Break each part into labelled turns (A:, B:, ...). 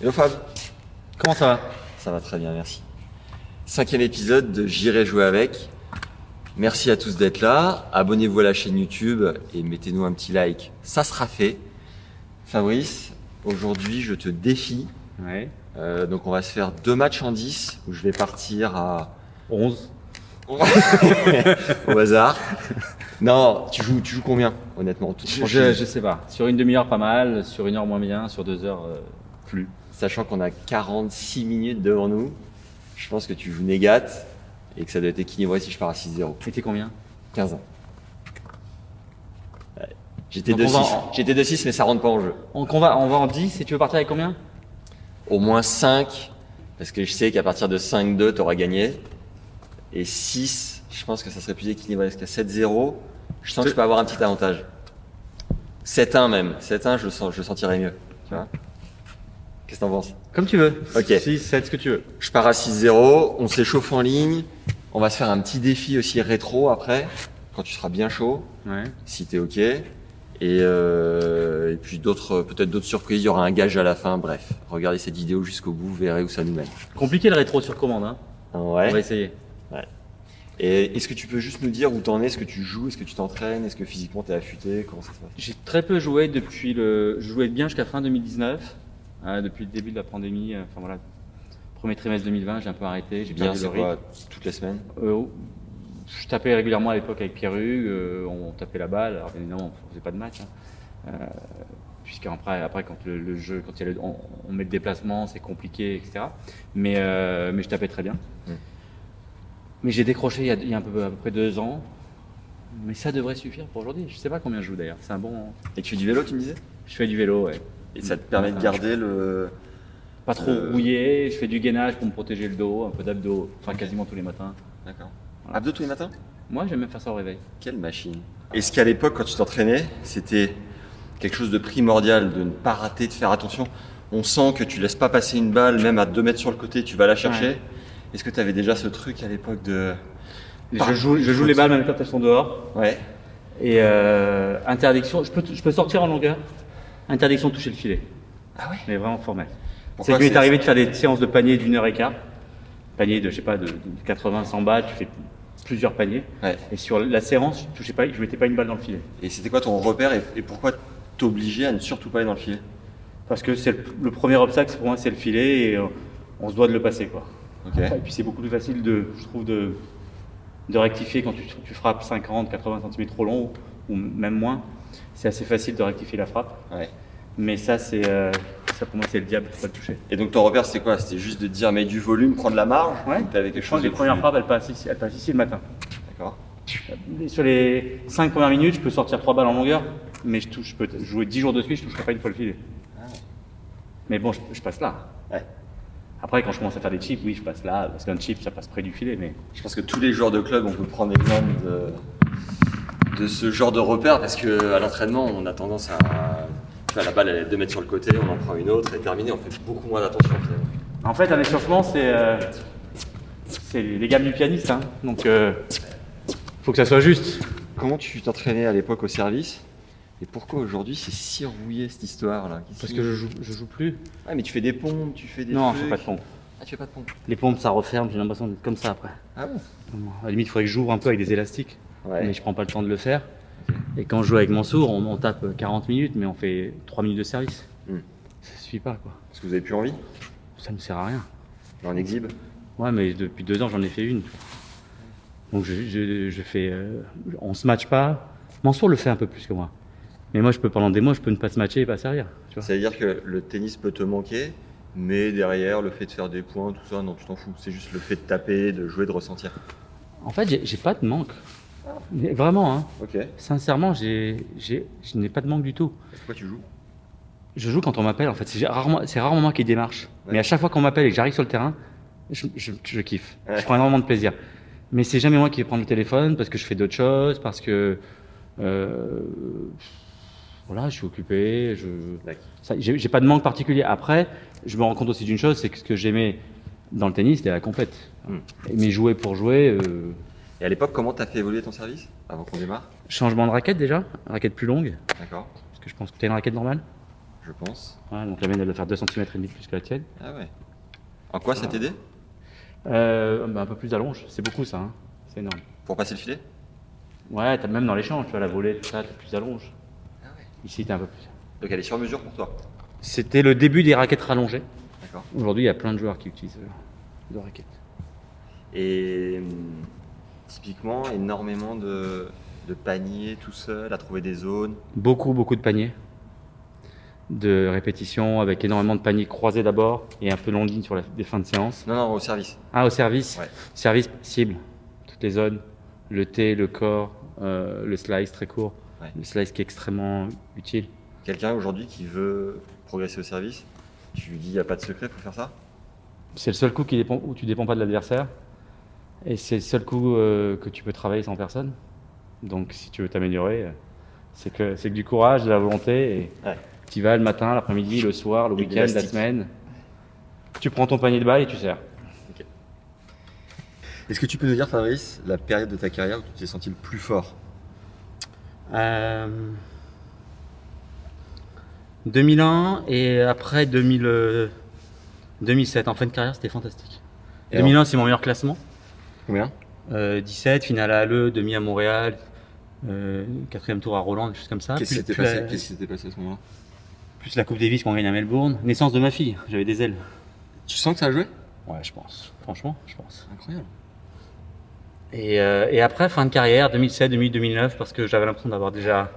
A: Hello Fab,
B: Comment ça va
A: ça va très bien, merci. Cinquième épisode de J'irai jouer avec. Merci à tous d'être là. Abonnez-vous à la chaîne YouTube et mettez-nous un petit like. Ça sera fait. Fabrice, aujourd'hui je te défie.
B: Ouais.
A: Euh, donc on va se faire deux matchs en 10 où je vais partir à
B: 11.
A: au hasard. Non, tu joues, tu joues combien honnêtement toute
B: Je, je,
A: franchise
B: je sais pas. Sur une demi-heure, pas mal. Sur une heure, moins bien. Sur deux heures, euh, plus.
A: Sachant qu'on a 46 minutes devant nous, je pense que tu joues négat et que ça doit être équilibré si je pars à 6-0.
B: Et t'es combien
A: 15 ans. Ouais. J'étais
B: Donc on
A: 2-6,
B: va en-
A: J'étais 2-6, mais ça rentre pas en jeu.
B: on, qu'on va, on va en 10 et tu veux partir avec combien
A: Au moins 5, parce que je sais qu'à partir de 5-2, tu auras gagné. Et 6, je pense que ça serait plus équilibré, parce qu'à 7-0, je sens que je peux avoir un petit avantage. 7-1 même, 7-1, je le, sens, je le sentirais mieux. Tu vois Qu'est-ce que t'en penses
B: Comme tu veux.
A: Ok.
B: 6, 7, ce que tu veux.
A: Je pars à 6-0, on s'échauffe en ligne, on va se faire un petit défi aussi rétro après, quand tu seras bien chaud.
B: Ouais.
A: si t'es ok. Et, euh, et puis d'autres, peut-être d'autres surprises. Il y aura un gage à la fin. Bref, regardez cette vidéo jusqu'au bout, vous verrez où ça nous mène.
B: Compliqué le rétro sur commande. Hein.
A: Ah Ouais.
B: On va essayer.
A: Et est-ce que tu peux juste nous dire où t'en es, est-ce que tu joues, est-ce que tu t'entraînes, est-ce que physiquement t'es affûté, comment ça se passe
B: J'ai très peu joué depuis le. Je jouais bien jusqu'à fin 2019. hein, depuis le début de la pandémie. euh, Enfin voilà. Premier trimestre 2020, j'ai un peu arrêté. J'ai
A: Eh Bien,
B: perdu le
A: c'est
B: rythme.
A: quoi Toutes les semaines
B: Euh, je tapais régulièrement à l'époque avec Pierre Hugues, euh, on tapait la balle, alors bien évidemment on faisait pas de match. hein. Euh, Puisqu'après, après, quand le, le jeu, quand il y a le- on, on met le déplacement, c'est compliqué, etc. Mais, euh, mais je tapais très bien.
A: Mm.
B: Mais j'ai décroché il y a, il y a un peu, à peu près deux ans. Mais ça devrait suffire pour aujourd'hui. Je sais pas combien je joue d'ailleurs. C'est un bon.
A: Et tu fais du vélo, tu me disais Ah,
B: Je fais du vélo, ouais.
A: Et ça te permet de garder le.
B: Pas trop
A: Euh.
B: rouillé. Je fais du gainage pour me protéger le dos, un peu d'abdos, enfin quasiment tous les matins.
A: D'accord.
B: Voilà.
A: Abdos tous les matins
B: Moi, j'aime même faire ça au réveil.
A: Quelle machine Est-ce qu'à l'époque, quand tu t'entraînais, c'était quelque chose de primordial de ne pas rater, de faire attention On sent que tu laisses pas passer une balle, même à 2 mètres sur le côté, tu vas la chercher.
B: Ouais.
A: Est-ce que tu avais déjà ce truc à l'époque de.
B: Je joue, je joue les balles même quand elles sont dehors.
A: Ouais.
B: Et euh, interdiction, je peux, je peux sortir en longueur. Interdiction de toucher le filet,
A: Ah ouais
B: mais vraiment formel. C'est
A: Pourquoi
B: qu'il m'est
A: c'est-
B: arrivé de faire des séances de panier d'une heure et quart. Panier de, je sais pas, de de 80, 100 balles, tu fais plusieurs paniers.
A: Ouais.
B: Et sur la séance, je touchais pas, je mettais pas une balle dans le filet.
A: Et c'était quoi ton repère et, et pourquoi t'obliger à ne surtout pas aller dans le filet
B: Parce que c'est le, le premier obstacle, pour moi, c'est le filet et euh, on se doit de le passer, quoi.
A: Ok.
B: Et puis c'est beaucoup plus facile, de, je trouve, de, de rectifier quand tu, tu frappes 50, 80 cm trop long ou même moins. C'est assez facile de rectifier la frappe.
A: Ouais.
B: Mais ça, c'est euh, ça pour moi, c'est le diable, faut pas le toucher.
A: Et donc ton repère, c'était quoi C'était juste de te dire, mais du volume, prendre la marge
B: Ouais.
A: Ou T'avais quelque
B: Je
A: chose
B: pense que les
A: de
B: premières
A: plus-
B: frappes, elles passent ici, elles passent ici le matin.
A: D'accord.
B: Sur les 5 premières minutes, je peux sortir 3 balles en longueur, mais je, touche, je peux jouer 10 jours de suite, je toucherai pas une fois le filet. Mais bon, je, je passe là.
A: Ah Ouais.
B: Après, quand je commence à faire des chips, oui, je passe là, parce qu'un chip, ça passe près du filet, mais
A: Je pense que tous les joueurs de club, on peut prendre l'exemple de, de ce genre de repère parce que à l'entraînement, on a tendance à. Tu vois, la balle, elle est 2 mètres sur le côté, on en prend une autre et terminé, on fait beaucoup moins d'attention finalement.
B: En fait, un échauffement, c'est euh, c'est les gammes du pianiste, hein. donc euh, faut que ça soit juste.
A: Comment tu t'entraînais à l'époque au service et pourquoi aujourd'hui c'est si rouillé cette histoire là
B: Parce que je joue, je joue plus.
A: Ah, mais tu fais des pompes, tu fais des.
B: Non, je
A: trucs.
B: fais pas de pompe.
A: Ah, tu fais pas de pompes.
B: Les pompes, ça referme, j'ai l'impression d'être comme ça après.
A: Ah bon
B: À la limite, il faudrait que j'ouvre un peu avec des élastiques,
A: Ouais.
B: mais je prends pas le temps de le faire. Et quand je joue avec Mansour, on, on tape 40 minutes, mais on fait 3 minutes de service.
A: Hmm.
B: Ça suffit pas, quoi.
A: Parce que vous avez plus envie
B: Ça ne sert à rien.
A: J'en exhibe
B: Ouais, mais depuis deux ans, j'en ai fait une. Donc je, je- je fais. euh, on se matche pas. Mansour le fait un peu plus que moi. Mais moi, je peux pendant des mois, je peux ne pas se matcher et pas servir. Tu vois.
A: Ça veut dire que le tennis peut te manquer, mais derrière, le fait de faire des points, tout ça, non, tu t'en fous. C'est juste le fait de taper, de jouer, de ressentir.
B: En fait, j'ai- j'ai pas de manque. Mais vraiment, hein.
A: Ok.
B: Sincèrement, j'ai, j'ai- je n'ai pas de manque du tout.
A: Pourquoi tu joues
B: Je joue quand on m'appelle, en fait. C'est rarement, c'est rarement moi qui démarche.
A: Ouais.
B: Mais à chaque fois qu'on m'appelle et que j'arrive sur le terrain, je, je- je kiffe.
A: Ouais.
B: Je prends énormément de plaisir. Mais c'est jamais moi qui vais prendre le téléphone parce que je fais d'autres choses, parce que. euh, voilà, je suis occupé. Je
A: D'accord.
B: ça, j'ai j'ai pas de manque particulier. Après, je me rends compte aussi d'une chose c'est que ce que j'aimais dans le tennis, c'était la compète.
A: Hmm.
B: Mais jouer pour jouer, euh,
A: Et à l'époque, comment t'as fait évoluer ton service avant qu'on démarre
B: changement de raquette déjà, raquette plus longue,
A: D'accord.
B: parce que je pense que tu as une raquette normale.
A: Je- je pense.
C: Voilà, donc la mienne, elle doit faire 2 cm et demi de plus que la tienne.
A: Ah ouais. En quoi ça t'a aidé
C: Euh, bah, un peu plus d'allonge, c'est beaucoup ça. hein. C'est énorme.
A: Pour passer le filet
C: Ouais, t'as même dans l'échange, tu vois, la volée, tout ça, t'as plus d'allonge.
A: Ah ouais.
C: Ici, t'as un peu plus.
A: Donc elle est sur mesure pour toi.
C: C'était le début des raquettes rallongées.
A: D'accord.
C: Aujourd'hui, il y a plein de joueurs qui utilisent euh, de raquettes.
A: Et hum, typiquement, énormément de, de paniers tout seul, à trouver des zones.
C: Beaucoup, beaucoup de paniers. De répétitions avec énormément de paniers croisés d'abord et un peu long ligne sur la- des fins de séance.
A: Non, non, au service.
C: Ah, au service
A: Ouais.
C: Service cible. Toutes les zones. Le T, le corps, euh, le slice très court.
A: Ouais.
C: Le slice qui est extrêmement utile.
A: Quelqu'un aujourd'hui qui veut progresser au service, tu lui dis, il n'y a pas de secret pour faire ça
C: C'est le seul coup qui dépend, où tu dépends pas de l'adversaire. Et c'est le seul coup euh, que tu peux travailler sans personne. Donc si tu veux t'améliorer, euh, c'est que, c'est que du courage, de la volonté. Et
A: Ouais.
C: Tu y vas le matin, l'après-midi, le soir, le
A: Et de
C: week-end, la
A: l'élastique.
C: semaine. Tu prends ton panier de balles et tu sers.
A: Est-ce que tu peux nous dire, Fabrice, la période de ta carrière où tu t'es senti le plus fort
B: Euh, 2001 et après 2000, euh, 2007. En fin de carrière, c'était fantastique.
A: Et
B: 2001, c'est mon meilleur classement.
A: Combien
B: Euh, 17, finale à Halle, demi à Montréal, euh, quatrième tour à Roland, des choses comme ça.
A: Qu'est-ce qui
B: Plus-
A: s'était
B: plus
A: passé,
B: la-
A: Qu'est-ce qui s'était passé à ce moment-là
B: Plus la Coupe Davis qu'on gagne à Melbourne. Naissance de ma fille, j'avais des ailes.
A: Tu sens que ça a joué
B: Ouais, je pense. Franchement, je pense.
A: Incroyable.
B: Et, euh, et après, fin de carrière, 2007, 2008, 2009, parce que j'avais l'impression d'avoir déjà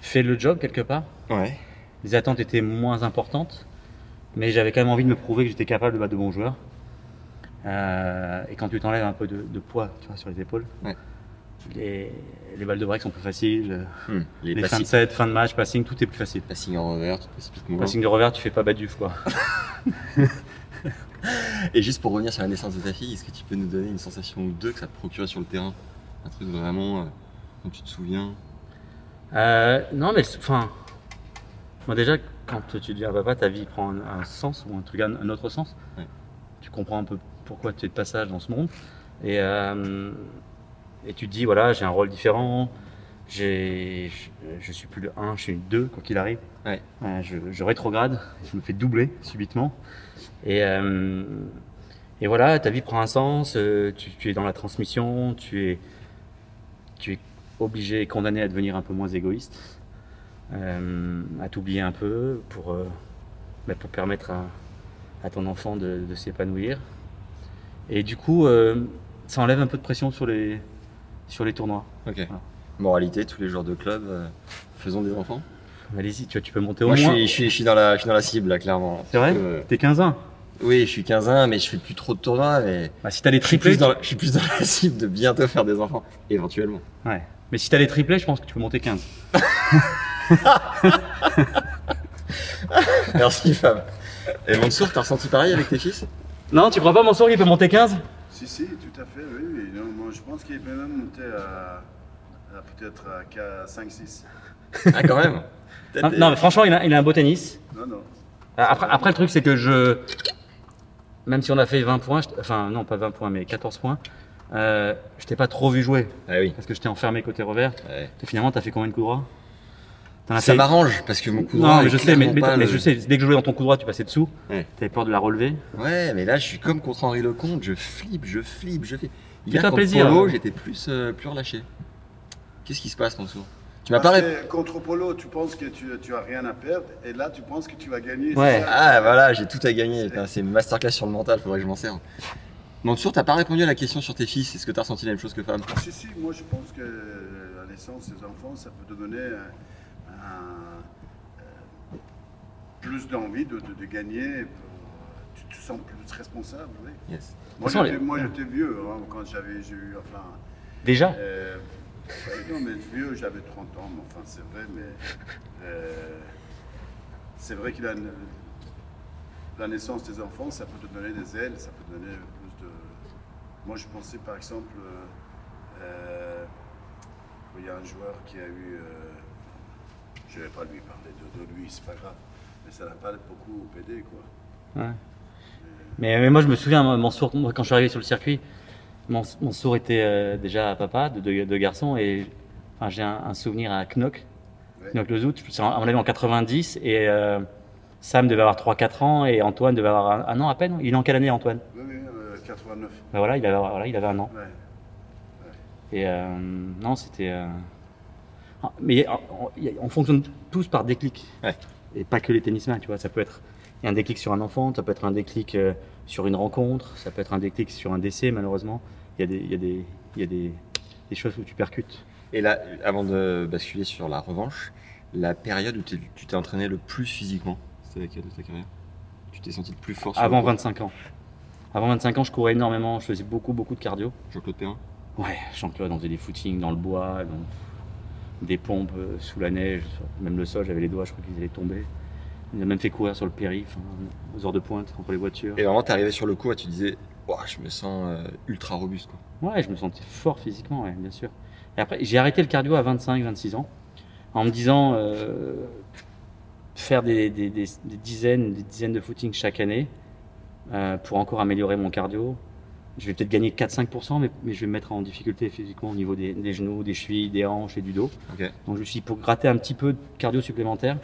B: fait le job quelque part.
A: Ouais.
B: Les attentes étaient moins importantes, mais j'avais quand même envie de me prouver que j'étais capable de battre de bons joueurs. Euh, et quand tu t'enlèves un peu de, de poids tu vois, sur les épaules,
A: Ouais.
B: les, les balles de break sont plus faciles.
A: Les,
B: Hmm. Les, fins de
A: passing,
B: set, fin de match, passing, tout est plus facile.
A: passing en revers, tout précipitement.
B: Passing de revers, tu fais pas battre du quoi.
A: Et juste pour revenir sur la naissance de ta fille, est-ce que tu peux nous donner une sensation ou deux que ça te procurait sur le terrain Un truc vraiment euh, dont tu te souviens
B: Euh, non, mais le- enfin, moi déjà, quand tu deviens papa, ta vie prend un, un sens ou un truc, un, un autre sens.
A: Ouais.
B: Tu comprends un peu pourquoi tu es de passage dans ce monde. Et, euh, et tu te dis, voilà, j'ai un rôle différent. J'ai, je, je suis plus le 1, je suis le 2, quoi qu'il arrive.
A: Ouais.
B: Euh, je, je rétrograde, je me fais doubler subitement. Et, euh, et voilà, ta vie prend un sens, euh, tu, tu es dans la transmission, tu es, tu es obligé et condamné à devenir un peu moins égoïste, euh, à t'oublier un peu pour, euh, bah, pour permettre à, à ton enfant de, de s'épanouir. Et du coup, euh, ça enlève un peu de pression sur les, sur les tournois.
A: Ok.
B: Voilà.
A: Moralité, tous les joueurs de club, euh, faisons des enfants.
B: Allez-y, tu, vois, tu peux monter au
A: Moi, je
B: moins.
A: suis, je, suis, je suis dans la, je suis dans la cible, là, clairement.
B: C'est vrai
A: Euh,
B: T'es 15 ans.
A: Oui, je suis 15 ans, mais je fais plus trop de tournois, mais
B: Bah, si t'as les
A: je suis,
B: triplés,
A: plus dans la, je suis plus dans la cible de bientôt faire des enfants, éventuellement.
B: ouais. Mais si t'as les triplés, je pense que tu peux monter 15.
A: Merci, Fab. Et Mansour, t'as ressenti pareil avec tes fils
B: Non, tu crois pas Mansour qui peut monter 15
D: Si, si, tout à fait, oui. oui. Non, moi, je pense qu'il peut même monter à, à peut-être à 5-6.
A: Ah, quand même
B: non, non, mais franchement, il a, il a un beau tennis.
D: Non, non.
B: Euh, Après, après, le truc, c'est que je. Même si on a fait 20 points, je- enfin, non, pas 20 points, mais 14 points, euh, je t'ai pas trop vu jouer
A: Ah oui.
B: parce que j'étais enfermé côté revers.
A: Ouais.
B: Toi, Finalement, t'as fait combien de coups droits T'en as
A: Ah, Ça
B: fait-
A: m'arrange, parce que mon coup droit
B: Non, mais
A: est
B: je sais, mais,
A: clairement
B: mais-
A: pas
B: mais
A: le-
B: je sais, dès que je jouais dans ton coup droit, tu passais dessous.
A: Ouais.
B: T'avais peur de la relever.
A: Ouais, mais là, je suis comme contre Henri Lecomte, je flippe, je flippe, je flippe. Hier,
B: Fais-toi
A: contre
B: plaisir.
A: Polo, j'étais plus, euh, plus relâché. Qu'est-ce qui se passe, Mansour Tu m'as pas
D: Parce
A: répondu.
D: que contre Polo, tu penses que tu, tu as rien à perdre, et là, tu penses que tu vas gagner.
B: Ouais.
D: c'est ça
A: Ah, voilà, j'ai tout à gagner. Putain, C'est masterclass sur le mental, faudrait que je m'en serve. Mansour, t'as pas répondu à la question sur tes fils. Est-ce que t'as ressenti la même chose que Fab
D: Si, si, moi, je pense que euh, la naissance des enfants, ça peut donner un- un- euh, plus d'envie de, de- de gagner. pour- tu te sens plus responsable, oui.
A: Yes.
D: Moi,
B: façon,
D: j'étais-
B: les-
D: moi, j'étais vieux hein, quand j'avais j'ai eu. Enfin,
B: Déjà
D: Euh, ouais, non, mais vieux, j'avais 30 ans, mais enfin, c'est vrai, mais. euh, c'est vrai que la, la naissance des enfants, ça peut te donner des ailes, ça peut te donner plus de. Moi, je pensais par exemple. euh, euh, il y a un joueur qui a eu. euh, je vais pas lui parler de, de lui, c'est pas grave, mais ça n'a pas beaucoup aidé, quoi.
B: Mais, mais moi, je me souviens, moi, Mansour, moi, quand je suis arrivé sur le circuit, Mans- Mansour était euh, déjà papa de deux de garçons et enfin, j'ai un, un souvenir à Knock
D: Ouais.
B: Donc le doute, c'est en- à mon avis en 90 et euh, Sam devait avoir 3-4 ans et Antoine devait avoir un, un an à peine. Il est en quelle année Antoine
D: Oui, oui, euh, 89.
B: ben voilà, il avait, voilà, il avait un an.
D: Ouais.
B: Et euh, non, c'était. euh, ah, Mais euh, on, y a- on fonctionne tous par déclic.
A: Ouais.
B: Et pas que les tennismans, tu vois. Ça peut être un déclic sur un enfant, ça peut être un déclic euh, sur une rencontre, ça peut être un déclic sur un décès, malheureusement. Il y a des, il y a des, il y a des, des choses où tu percutes.
A: Et là, avant de basculer sur la revanche, la période où t'es- tu t'es entraîné le plus physiquement, c'était laquelle de ta carrière Tu t'es senti le plus fort sur le
B: Avant
A: court
B: 25 ans. Avant 25 ans, je courais énormément, je faisais beaucoup, beaucoup de cardio.
A: Jean-Claude Perrin
B: Ouais, Jean-Claude, on faisait des footings dans le bois, dans des pompes euh, sous la neige, sur- même le sol, j'avais les doigts, je crois qu'ils allaient tomber. Il nous a même fait courir sur le périph, hein, aux heures de pointe, entre les voitures.
A: Et vraiment, t'es arrivé sur le court et tu disais, Ouah, je me sens euh, ultra robuste. Quoi.
B: Ouais, je me sentais fort physiquement, ouais, bien sûr. Et après, j'ai arrêté le cardio à 25-26 ans, en me disant euh, faire des, des- des- des dizaines, des dizaines de footings chaque année euh, pour encore améliorer mon cardio. Je vais peut-être gagner 4-5%, mais, mais je vais me mettre en difficulté physiquement au niveau des, des genoux, des chevilles, des hanches et du dos.
A: Ok.
B: Donc je me suis dit, pour gratter un petit peu de cardio supplémentaire,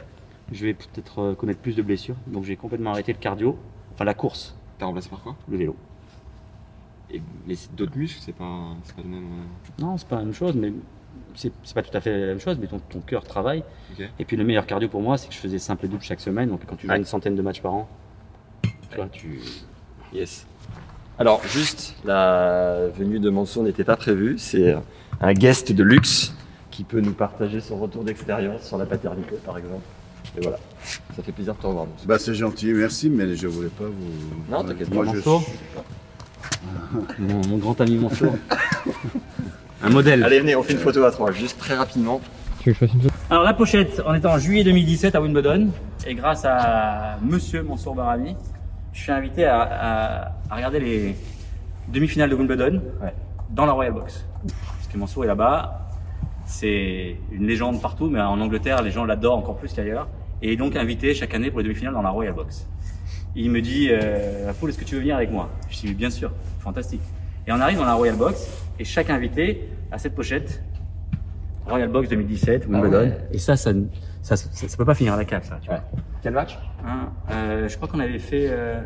B: je vais peut-être euh, connaître plus de blessures. Donc j'ai complètement arrêté le cardio, enfin la course,
A: T'as remplacé par quoi
B: le vélo.
A: et, Mais c'est d'autres muscles, c'est pas, c'est pas le même. euh,
B: Non, c'est pas la même chose, mais c'est c'est pas tout à fait la même chose, mais ton, ton cœur travaille.
A: Ok.
B: Et puis le meilleur cardio pour moi, c'est que je faisais simple et double chaque semaine, donc quand tu joues une centaine de matchs par an, tu vois, tu.
A: Yes. Alors, juste, la venue de Mansour n'était pas prévue. C'est euh, un guest de luxe qui peut nous partager son retour d'expérience sur la paternité, par exemple. Et voilà, ça fait plaisir de te revoir. Mansour.
D: Bah, c'est gentil, merci, mais je voulais pas vous.
A: Non, t'inquiète
D: Moi,
B: pas,
D: je
B: Mansour.
D: suis-
B: Mon, mon grand ami Mansour. Un modèle.
A: Allez, venez, on fait une photo à trois, juste très rapidement.
B: Alors la pochette, on est en juillet 2017 à Wimbledon, et grâce à Monsieur Mansour Barami, je suis invité à, à- à regarder les demi-finales de Wimbledon dans la Royal Box. Parce que Mansour est là-bas, c'est une légende partout, mais en Angleterre, les gens l'adorent encore plus qu'ailleurs, et est donc invité chaque année pour les demi-finales dans la Royal Box. Il me dit, euh, Paul, est-ce que tu veux venir avec moi Je dis, bien sûr, fantastique. Et on arrive dans la Royal Box, et chaque invité a cette pochette Royal Box 2017, Wimbledon. Et ça ça, ça, ça, ça peut pas finir à la cave, ça, tu vois.
A: Quel match
B: Hein, euh, je crois qu'on avait fait euh,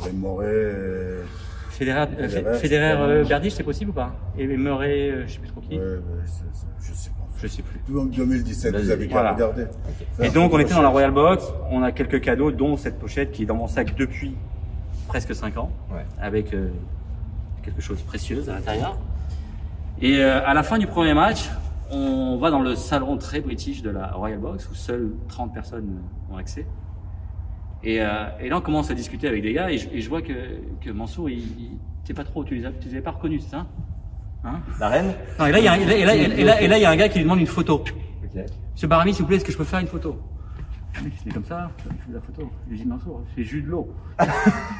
D: Ray Moret, euh,
B: Federer, euh,
D: Federer,
B: Fe- Federer euh, Berdych, c'est possible ou pas Et Murray, euh, je sais plus trop qui.
D: ouais, ouais, c'est- c'est- je sais pas.
B: Je sais plus.
D: Donc 2017, vous
A: Vas-y.
D: avez qu'à
B: Voilà.
D: regarder.
B: Et donc on était dans la Royal Box, on a quelques cadeaux, dont cette pochette qui est dans mon sac depuis presque 5 ans,
A: Ouais.
B: avec euh, quelque chose de précieux à l'intérieur. Et euh, à la fin du premier match, on va dans le salon très british de la Royal Box, où seules 30 personnes ont accès. Et, euh, et là on commence à discuter avec des gars, et je, et je vois que, que Mansour, il, il- t'es pas trop, tu les as, tu les avais pas reconnus, c'est ça Hein
A: La reine
B: Non, et là il y a un- et là- et là- et là- et là, il y a un gars qui lui demande une photo.
A: Ok.
B: Monsieur Barami, s'il vous plaît, est-ce que je peux faire une photo Le mec, il est Ah, comme ça, il fait de la photo. Je lui dis, Mansour, c'est juste de l'eau.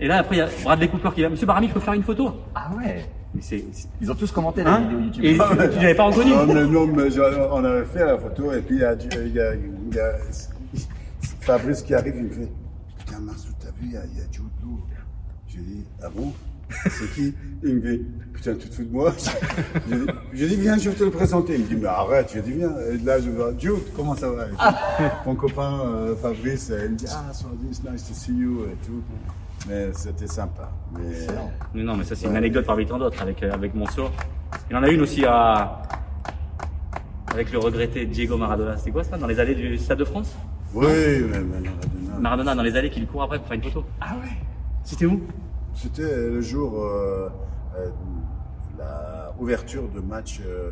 B: Et là, après, il y a Bradley Cooper qui vient. Monsieur Barami, je peux faire une photo
A: Ah ouais
B: Mais c'est. c'est-
A: Ils ont tous commenté la
B: Hein
A: vidéo YouTube.
B: Et tu tu l'avais pas reconnu
D: Non, mais non, mais je- on avait fait la photo et puis il y a, du- il y a- il y a- Fabrice qui arrive, il me fait Putain, Marceau, t'as vu, il y a, il y a Jude Law. Je lui dis Ah bon C'est qui Il me fait Putain, tu te fous de moi je, lui dis- je lui dis Viens, je vais te le présenter. Il me dit Mais arrête, je lui dis Viens. Et là, je vois Jude, comment ça va Il fait, Ton copain euh, Fabrice, euh, il me dit Ah, so it's nice to see you et tout. Mais c'était sympa. Mais,
B: Mais non, mais ça, c'est une anecdote parmi tant d'autres avec, euh, avec Mansour. Il en a une aussi à. Avec le regretté Diego Maradona. C'était quoi ça Dans les allées du Stade de France
D: oui, mais, mais non, non, non.
B: Maradona, dans les allées qu'il court après pour faire une photo.
D: Ah ouais
B: C'était où
D: C'était le jour euh, euh, la ouverture de match euh,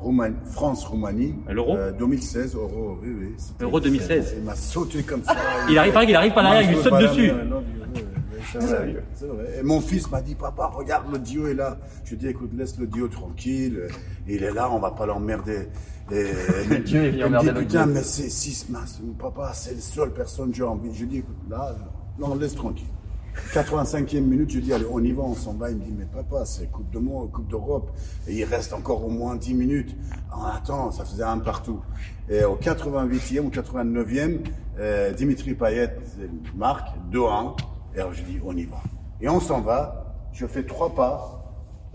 D: Roumanie- France-Roumanie.
B: L'Euro
D: Euh, 2016, Euro, oui, oui. c'était-
B: Euro 2016.
D: Il m'a sauté comme ça.
B: Il arrive, pareil, il arrive par l'arrière, il lui
D: m'a
B: saute
D: sauté par
B: dessus.
D: l'arrière, non, Dieu, oui, oui, C'est vrai, c'est vrai. Et mon fils m'a dit, papa, regarde, le Dio est là. Je lui ai dit, écoute, laisse le Dio tranquille. Il est là, on va pas l'emmerder. Et
A: Dieu est venu
D: il me
A: emmerder
D: dit,
A: le
D: putain,
A: Dio.
D: mais c'est six mince, mon papa, c'est la seule personne que j'ai envie. Je lui ai dit, écoute, là, euh, non, laisse tranquille. 85e minute, je lui ai dit, allez, on y va, on s'en va. Il me dit, mais papa, c'est Coupe de Monde, Coupe d'Europe. Et il reste encore au moins 10 minutes. Ah, attends, ça faisait un partout. Et au 88e ou 89e, euh, Dimitri Payet euh, marque 2-1. Et alors, je dis, on y va. Et on s'en va. Je fais trois pas.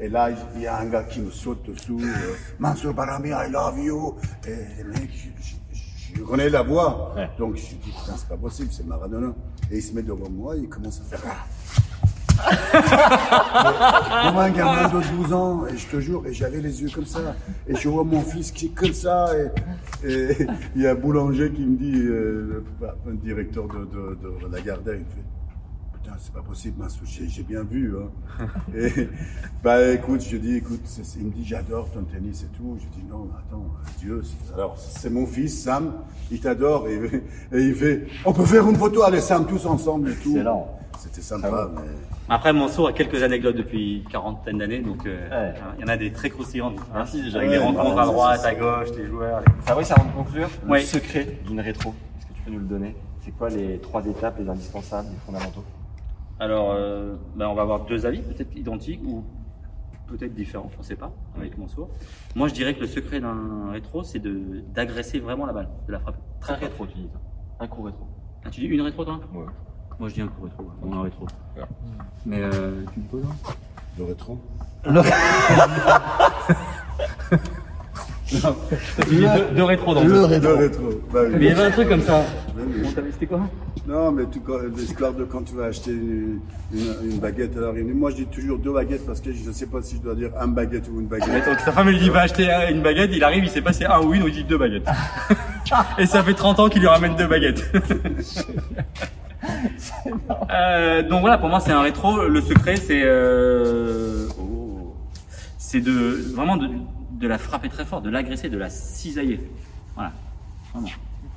D: Et là, il y a un gars qui me saute dessus. euh, Mansour Barami, I love you. Et le mec, je, je- je connais la voix.
C: Ouais.
D: Donc je dis, putain, c'est pas possible, c'est Maradona. Et il se met devant moi et il commence à faire. ah, Comme un gamin de 12 ans, et je te jure, et j'avais les yeux comme ça, et je vois mon fils qui est comme ça, et et il y a un boulanger qui me dit, euh, le, le directeur de, de, de la Gardère, il me fait, Putain, c'est pas possible, Mansour, j'ai j'ai bien vu. Hein. Et, bah écoute, je dis, écoute, c'est- c'est- il me dit, j'adore ton tennis et tout. Je dis, non, mais attends, euh, Dieu, c'est- alors c'est mon fils, Sam, il t'adore. Et, et il fait, on peut faire une photo, allez, Sam, tous ensemble et tout.
C: Excellent.
D: C'était sympa, mais.
B: Après, Mansour a quelques anecdotes depuis quarantaine d'années, donc euh,
A: Ouais.
B: hein, il y en a des très croustillantes. hein,
A: Merci, déjà.
B: avec les
D: Ouais,
B: rencontres
D: bah,
B: à
D: ça,
B: droite,
D: ça,
B: à gauche, les joueurs.
A: Ça va, ça avant de conclure,
B: Ouais.
A: le secret d'une rétro, est-ce que tu peux nous le donner C'est quoi les trois étapes, les indispensables, les fondamentaux
B: Alors, euh, ben, on va avoir deux avis, peut-être identiques ou peut-être différents, on ne sait pas, avec Mansour. Moi, je dirais que le secret d'un rétro, c'est de- d'agresser vraiment la balle, de la frapper. Très,
A: Un
B: très
A: rétro, tu dis ça. Un cours rétro.
B: Ah, tu dis une rétro, toi
A: Ouais.
B: Moi, je dis un coup rétro. ouais. Bon, un rétro.
A: Ouais.
B: Mais euh, tu me poses hein
D: Le rétro
C: Deux, deux rétros dans
D: Le
C: deux.
D: rétro. Bah oui.
C: Mais il y avait un truc comme ça.
D: Bah oui.
B: Bon, t'as vu, c'était quoi
D: Non, mais tu- quand- l'histoire de quand tu vas acheter une, une- une baguette à la Réunion. Moi, je dis toujours deux baguettes parce que je ne sais pas si je dois dire un baguette ou une
B: Mais
D: baguette.
B: donc, sa femme elle dit va acheter un- une baguette, il arrive, il s'est passé un oui, donc il dit deux baguettes. Et ça fait 30 ans qu'il lui ramène deux baguettes. Euh, donc voilà, pour moi c'est un rétro. Le secret c'est euh, oh, c'est de vraiment de, de la frapper très fort, de l'agresser, de la cisailler. Voilà, vraiment.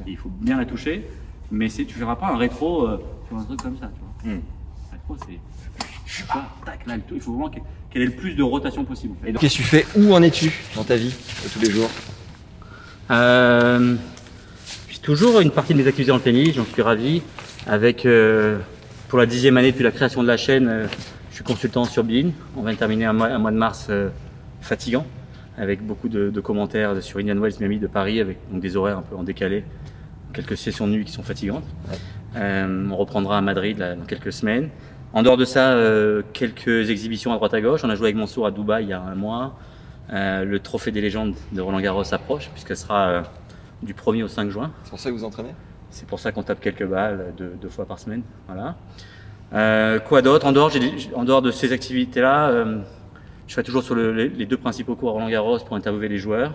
B: Et il faut bien la toucher, mais c'est tu feras pas un rétro euh, sur un truc comme ça, tu vois. Rétro, c'est tu vois, tac, là, le tout, il faut vraiment que- qu'elle ait le plus de rotation possible. en fait.
A: Qu'est-ce que tu fais Où en es-tu dans ta vie, euh, tous les jours
B: Euh, j'ai toujours une partie de mes activités en tennis, j'en suis ravi. Avec, euh, pour la dixième année depuis la création de la chaîne, euh, je suis consultant sur Bein. On vient de terminer un mois, un mois de mars euh, fatigant, avec beaucoup de, de commentaires sur Indian Wells Miami de Paris, avec donc, des horaires un peu en décalé, quelques sessions de nuit qui sont fatigantes. Euh, on reprendra à Madrid là, dans quelques semaines. En dehors de ça, euh, quelques exhibitions à droite à gauche. On a joué avec Mansour à Dubaï il y a un mois. Euh, le trophée des légendes de Roland Garros approche, puisqu'elle sera euh, du 1er au 5 juin.
A: C'est pour ça que vous entraînez
B: C'est pour ça qu'on tape quelques balles deux, deux fois par semaine. Voilà. Euh, quoi d'autre en dehors, j'ai des- en dehors de ces activités-là, euh, je fais toujours sur le- les, les deux principaux cours à Roland-Garros pour interviewer les joueurs.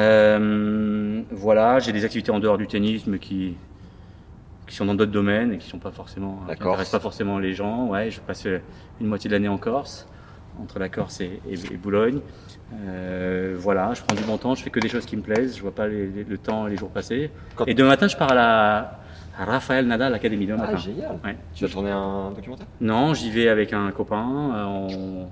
B: Euh, voilà, j'ai des activités en dehors du tennis, mais qui, qui sont dans d'autres domaines et qui sont pas forcément,
A: La
B: qui
A: Corse.
B: intéressent pas forcément les gens. Ouais, je passe euh, une moitié de l'année en Corse, entre la Corse et, et- et Boulogne. Euh, voilà, je prends du bon temps, je fais que des choses qui me plaisent, je vois pas les- les- le temps et les jours passer.
A: Quand-
B: Et demain matin, je pars à la à Rafael Nadal Academy demain matin.
A: génial
B: Ouais.
A: Tu vas tourner un documentaire
B: Non, j'y vais avec un copain. euh, on,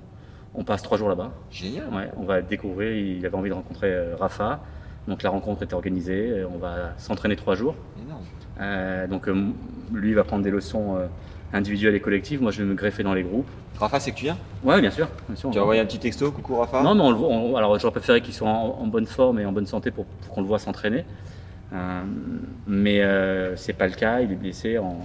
B: on passe trois jours là-bas.
A: Génial
B: Ouais, on va découvrir. Il avait envie de rencontrer euh, Rafa. Donc la rencontre était organisée. euh, On va s'entraîner trois jours.
A: Énorme.
B: Euh, donc euh, m- lui va prendre des leçons euh, individuelles et collectives. Moi, je vais me greffer dans les groupes.
A: Rafa, c'est que tu viens
B: Ouais, bien sûr. Bien sûr.
A: Tu as envoyé un petit texto, coucou Rafa
B: Non, mais on le voit. on- alors, j'aurais préféré qu'il soit en, en bonne forme et en bonne santé pour, pour qu'on le voit s'entraîner. Euh, mais euh, c'est pas le cas. Il est blessé en,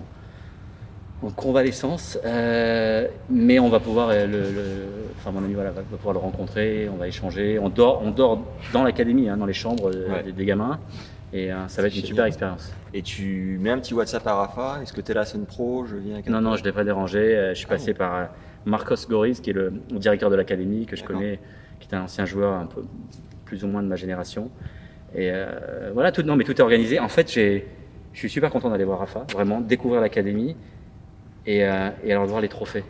B: en convalescence. Euh, mais on va pouvoir euh, le, le- enfin, mon ami voilà, va, va pouvoir le rencontrer. On va échanger. On dort, on dort dans l'académie, hein, dans les chambres euh,
A: Ouais.
B: des, des gamins. Et euh, ça va être une
A: C'est
B: super
A: génial.
B: expérience.
A: Et tu mets un petit WhatsApp à Rafa Est-ce que t'es la semaine pro Je viens à
B: Non, non, je ne l'ai pas dérangé. Euh, Je suis
A: Ah
B: passé par euh, Marcos Goris, qui est le directeur de l'académie, que je
A: D'accord.
B: connais, qui est un ancien joueur un peu plus ou moins de ma génération. Et euh, voilà, tout, non, mais tout est organisé. En fait, j'ai- je suis super content d'aller voir Rafa, vraiment, découvrir l'académie et, euh, et alors de voir les trophées.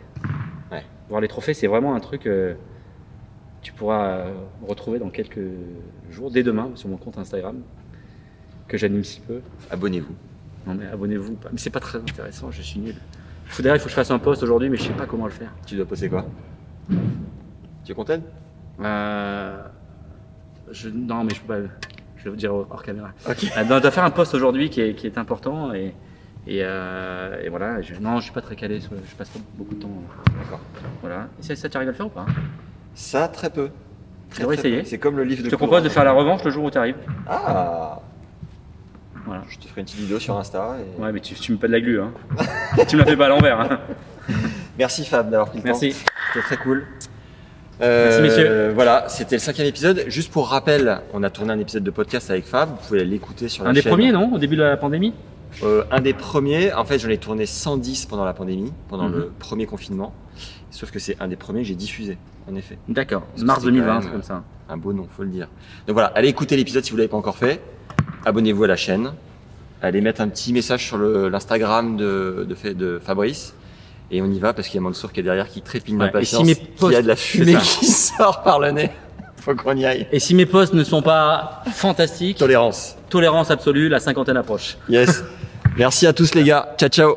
A: Ouais.
B: Voir les trophées, c'est vraiment un truc euh, que tu pourras euh, retrouver dans quelques jours, dès demain, sur mon compte Instagram, que j'anime si peu.
A: Abonnez-vous.
B: Non mais abonnez-vous. pas. Mais c'est pas très intéressant, je suis nul. Faut- D'ailleurs, il faut que je fasse un post aujourd'hui, mais je sais pas comment le faire.
A: Tu dois poster quoi Tu es content
B: Euh, je- non, mais je peux pas. le- Je vais vous dire hors caméra.
A: Ok.
B: Euh, non, je dois faire un post aujourd'hui qui est, qui est important et, et, euh, et voilà. Je, non, je suis pas très calé. sur le- Je passe pas beaucoup de temps. hein.
A: D'accord.
B: Voilà. Et ça, ça, tu arrives à le faire ou pas
A: Ça, très peu.
B: Tu devrais
A: très
B: essayer.
A: peu. C'est comme le livre de
B: Je te
A: Claude.
B: propose de faire la revanche le jour où tu arrives.
A: Ah
B: Voilà.
A: Je te ferai une petite vidéo sur Insta. et-
B: Ouais, mais tu, tu mets pas de la glu, hein. tu me la fais pas à l'envers. hein.
A: Merci Fab d'avoir pris le temps.
B: Merci.
A: C'était très cool. Euh,
B: Merci, messieurs.
A: Voilà, c'était le cinquième épisode. Juste pour rappel, on a tourné un épisode de podcast avec Fab. Vous pouvez aller l'écouter sur la
B: Un des
A: chaîne.
B: premiers, non Au début de la pandémie
A: Euh, un des premiers, en fait, j'en ai tourné 110 pendant la pandémie, pendant
B: Mhm.
A: le premier confinement. Sauf que c'est un des premiers que j'ai diffusé, en effet.
B: D'accord.
A: Parce que
B: Mars
A: c'est quand
B: 2020,
A: même,
B: c'est euh, comme ça.
A: Un beau nom, faut le dire. Donc voilà, allez écouter l'épisode si vous l'avez pas encore fait. Abonnez-vous à la chaîne. Allez mettre un petit message sur le- l'Instagram de, de, fa- de Fabrice. Et on y va parce qu'il y a Mansour qui est derrière qui trépigne
B: Ouais, et
A: d'impatience.
B: si mes
A: Il y a de la
B: posts-
A: fumée
B: c'est
A: qui sort par le nez. Faut qu'on y aille.
B: Et si mes posts ne sont pas fantastiques,
A: Tolérance.
B: tolérance absolue, la cinquantaine approche.
A: Yes. Merci à tous les gars. Ciao ciao.